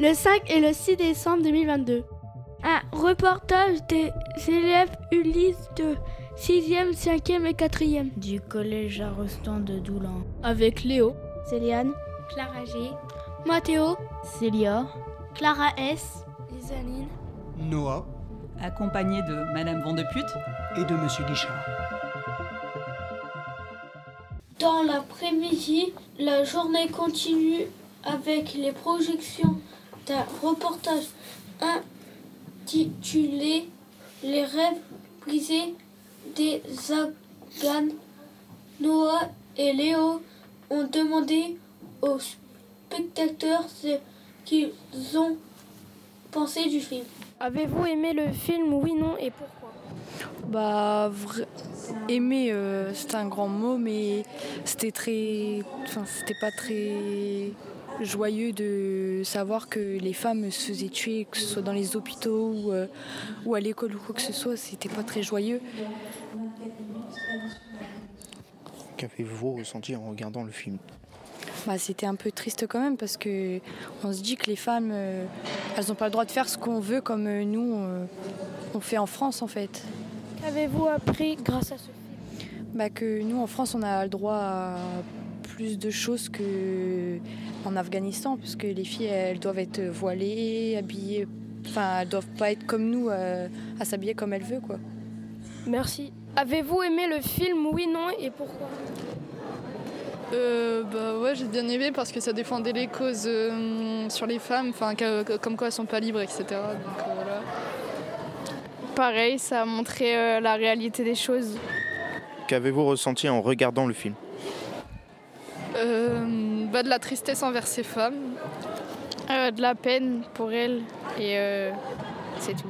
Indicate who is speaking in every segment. Speaker 1: le 5 et le 6 décembre 2022.
Speaker 2: Un reportage des élèves Ulysse de 6e, 5e et 4e.
Speaker 3: Du collège Arostan de Doulan.
Speaker 4: Avec Léo,
Speaker 5: Céliane,
Speaker 6: Clara G,
Speaker 7: Mathéo,
Speaker 8: Célia,
Speaker 9: Clara S,
Speaker 10: Isaline,
Speaker 11: Noah,
Speaker 12: accompagné de Madame Vandepute
Speaker 11: et de Monsieur Guichard.
Speaker 2: Dans l'après-midi, la journée continue avec les projections d'un reportage intitulé Les rêves brisés des Afghans. Noah et Léo ont demandé aux spectateurs ce qu'ils ont pensé du film. Avez-vous aimé le film Oui, non et pourquoi
Speaker 13: Bah, vra... aimer, euh, c'était un grand mot, mais c'était très. Enfin, c'était pas très joyeux de savoir que les femmes se faisaient tuer, que ce soit dans les hôpitaux ou, euh, ou à l'école ou quoi que ce soit, c'était pas très joyeux.
Speaker 14: Qu'avez-vous ressenti en regardant le film
Speaker 13: bah, C'était un peu triste quand même parce que on se dit que les femmes, euh, elles n'ont pas le droit de faire ce qu'on veut comme euh, nous, on fait en France en fait.
Speaker 2: Qu'avez-vous appris grâce à ce film
Speaker 13: bah, Que nous en France, on a le droit à plus de choses que en Afghanistan, parce que les filles elles doivent être voilées, habillées, enfin elles doivent pas être comme nous euh, à s'habiller comme elles veulent quoi.
Speaker 2: Merci. Avez-vous aimé le film Oui, non et pourquoi
Speaker 15: euh, bah ouais, j'ai bien aimé parce que ça défendait les causes euh, sur les femmes, enfin comme quoi elles sont pas libres, etc. Donc, euh, voilà.
Speaker 16: Pareil, ça a montré la réalité des choses.
Speaker 14: Qu'avez-vous ressenti en regardant le film
Speaker 15: euh, bah de la tristesse envers ces femmes,
Speaker 16: euh, de la peine pour elles et euh, c'est tout.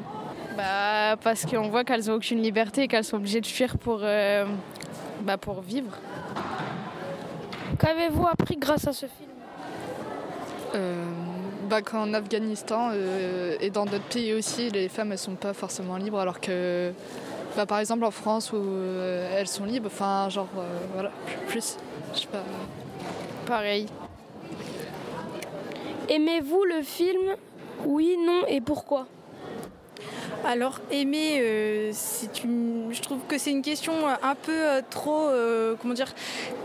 Speaker 16: Bah, parce qu'on voit qu'elles n'ont aucune liberté et qu'elles sont obligées de fuir pour, bah, pour vivre.
Speaker 2: Qu'avez-vous appris grâce à ce film
Speaker 15: bah, Qu'en Afghanistan euh, et dans d'autres pays aussi, les femmes ne sont pas forcément libres alors que bah, par exemple en France où euh, elles sont libres, enfin genre euh, voilà, plus, je sais pas
Speaker 16: pareil.
Speaker 2: Aimez-vous le film Oui, non et pourquoi
Speaker 17: alors aimer, euh, c'est une, je trouve que c'est une question un peu euh, trop, euh, comment dire,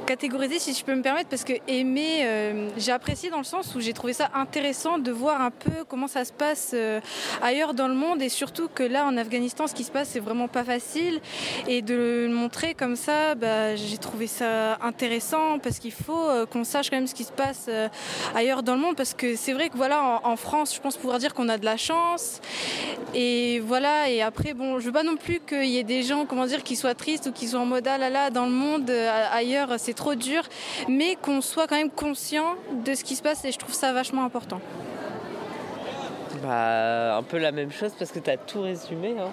Speaker 17: catégorisée si je peux me permettre, parce que aimer, euh, j'ai apprécié dans le sens où j'ai trouvé ça intéressant de voir un peu comment ça se passe euh, ailleurs dans le monde et surtout que là en Afghanistan, ce qui se passe, c'est vraiment pas facile et de le montrer comme ça, bah, j'ai trouvé ça intéressant parce qu'il faut euh, qu'on sache quand même ce qui se passe euh, ailleurs dans le monde, parce que c'est vrai que voilà, en, en France, je pense pouvoir dire qu'on a de la chance et voilà, et après, bon, je veux pas non plus qu'il y ait des gens, comment dire, qui soient tristes ou qui soient en mode ah là là, dans le monde, euh, ailleurs, c'est trop dur, mais qu'on soit quand même conscient de ce qui se passe et je trouve ça vachement important.
Speaker 18: Bah, un peu la même chose parce que tu as tout résumé. Hein.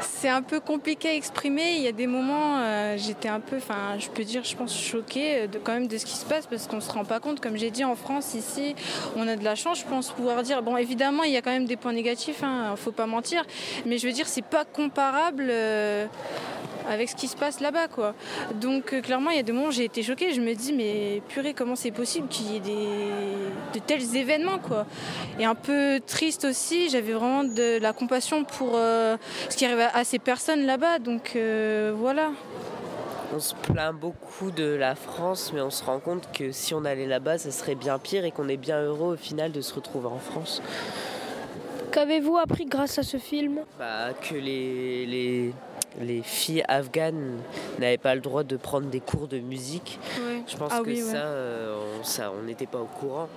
Speaker 17: C'est un peu compliqué à exprimer. Il y a des moments, euh, j'étais un peu, enfin, je peux dire, je pense choquée euh, de, quand même de ce qui se passe parce qu'on se rend pas compte. Comme j'ai dit, en France, ici, on a de la chance, je pense pouvoir dire. Bon, évidemment, il y a quand même des points négatifs, hein, faut pas mentir. Mais je veux dire, c'est pas comparable. Euh, avec ce qui se passe là-bas quoi. Donc euh, clairement il y a des moments où j'ai été choquée, je me dis mais purée comment c'est possible qu'il y ait des... de tels événements quoi. Et un peu triste aussi, j'avais vraiment de la compassion pour euh, ce qui arrive à ces personnes là-bas, donc euh, voilà.
Speaker 19: On se plaint beaucoup de la France, mais on se rend compte que si on allait là-bas, ça serait bien pire et qu'on est bien heureux au final de se retrouver en France.
Speaker 2: Qu'avez-vous appris grâce à ce film
Speaker 19: bah, Que les, les les filles afghanes n'avaient pas le droit de prendre des cours de musique.
Speaker 17: Ouais.
Speaker 19: Je pense
Speaker 17: ah
Speaker 19: que
Speaker 17: oui,
Speaker 19: ça, ouais. on, ça, on n'était pas au courant.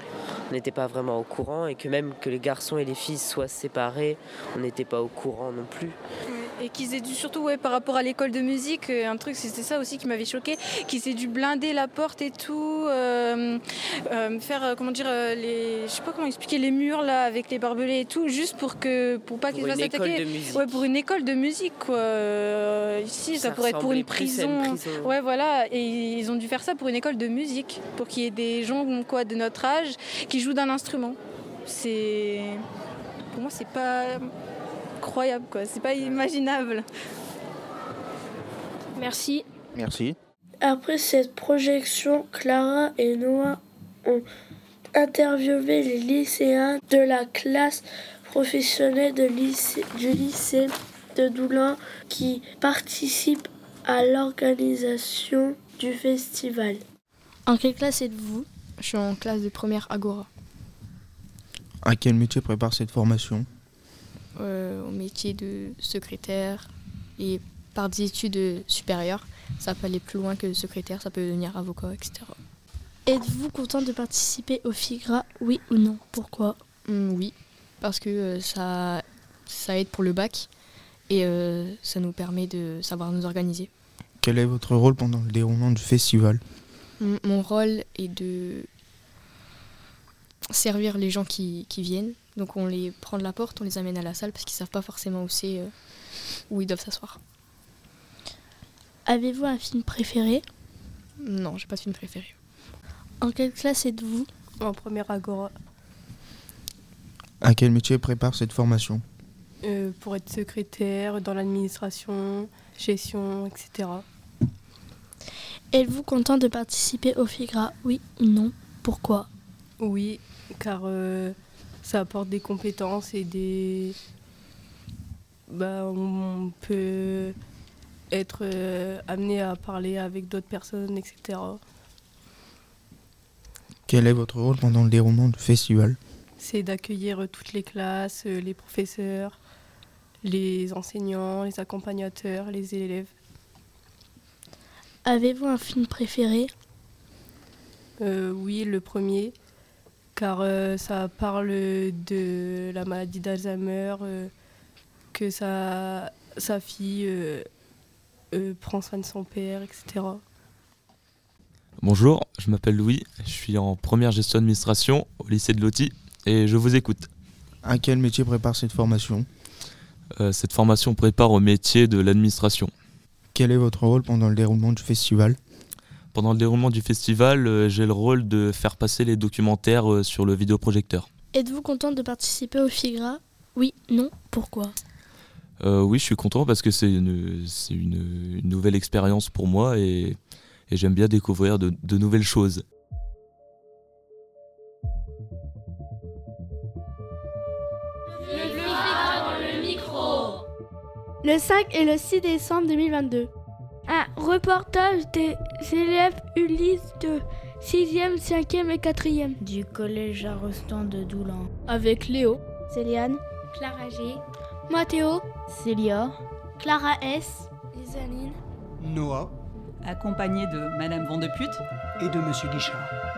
Speaker 19: On n'était pas vraiment au courant et que même que les garçons et les filles soient séparés, on n'était pas au courant non plus.
Speaker 17: Et qu'ils aient dû surtout, ouais, par rapport à l'école de musique, euh, un truc, c'était ça aussi qui m'avait choqué, qu'ils aient dû blinder la porte et tout, euh, euh, faire, comment dire, les, je sais pas comment expliquer, les murs là avec les barbelés et tout, juste pour que, pour pas qu'ils
Speaker 19: se fassent attaquer.
Speaker 17: Ouais, pour une école de musique, quoi. Euh, ici, ça, ça pourrait être pour une prison.
Speaker 19: une prison.
Speaker 17: Ouais, voilà. Et ils ont dû faire ça pour une école de musique, pour qu'il y ait des gens quoi, de notre âge qui jouent d'un instrument. C'est. Pour moi, c'est pas incroyable, quoi. C'est pas imaginable.
Speaker 2: Merci.
Speaker 14: Merci.
Speaker 2: Après cette projection, Clara et Noah ont
Speaker 20: interviewé les lycéens de la classe professionnelle de lycée- du lycée de Doulin qui participent à l'organisation du festival.
Speaker 1: En quelle classe êtes-vous
Speaker 15: Je suis en classe de première Agora,
Speaker 14: À quel métier prépare cette formation
Speaker 15: euh, au métier de secrétaire et par des études euh, supérieures. Ça peut aller plus loin que secrétaire, ça peut devenir avocat, etc.
Speaker 1: Êtes-vous content de participer au FIGRA, oui ou non Pourquoi
Speaker 15: Hum, oui, parce que euh, ça, ça aide pour le bac et euh, ça nous permet de savoir nous organiser.
Speaker 14: Quel est votre rôle pendant le déroulement du festival
Speaker 15: Mon mon rôle est de servir les gens qui, qui viennent. Donc on les prend de la porte, on les amène à la salle parce qu'ils savent pas forcément où c'est, euh, où ils doivent s'asseoir.
Speaker 1: Avez-vous un film préféré
Speaker 15: Non, j'ai pas de film préféré.
Speaker 1: En quelle classe êtes-vous
Speaker 17: En première agora.
Speaker 14: À quel métier prépare cette formation
Speaker 17: Euh, pour être secrétaire dans l'administration, gestion, etc.
Speaker 1: Êtes-vous content de participer au FIGRA, oui ou non Pourquoi
Speaker 17: Oui, car euh, ça apporte des compétences et des. Bah, on peut être euh, amené à parler avec d'autres personnes, etc.
Speaker 14: Quel est votre rôle pendant le déroulement du festival
Speaker 17: C'est d'accueillir euh, toutes les classes, euh, les professeurs, les enseignants, les accompagnateurs, les élèves.
Speaker 1: Avez-vous un film préféré
Speaker 17: Euh, oui, le premier, car euh, ça parle de la maladie d'Alzheimer, euh, que sa, sa fille euh, euh, prend soin de son père, etc.
Speaker 21: Bonjour, je m'appelle Louis, je suis en première gestion d'administration au lycée de Loti et je vous écoute.
Speaker 14: À quel métier prépare cette formation
Speaker 21: Euh, cette formation prépare au métier de l'administration.
Speaker 14: Quel est votre rôle pendant le déroulement du festival
Speaker 21: Pendant le déroulement du festival, euh, j'ai le rôle de faire passer les documentaires euh, sur le vidéoprojecteur.
Speaker 1: Êtes-vous content de participer au FIGRA, oui, non Pourquoi
Speaker 21: Euh, oui, je suis content parce que c'est une, c'est une- une nouvelle expérience pour moi et, et j'aime bien découvrir de- de nouvelles choses.
Speaker 1: Le 5 et le 6 décembre 2022.
Speaker 20: Un reportage des élèves Ulysse de 6e, 5e et 4e.
Speaker 22: du collège Arostan de Doulan.
Speaker 1: Avec Léo, Céliane, Clara G, Mathéo,
Speaker 22: Célia,
Speaker 1: Clara S,
Speaker 12: Noah. Accompagné de Madame Vandepute.
Speaker 11: et de Monsieur Guichard.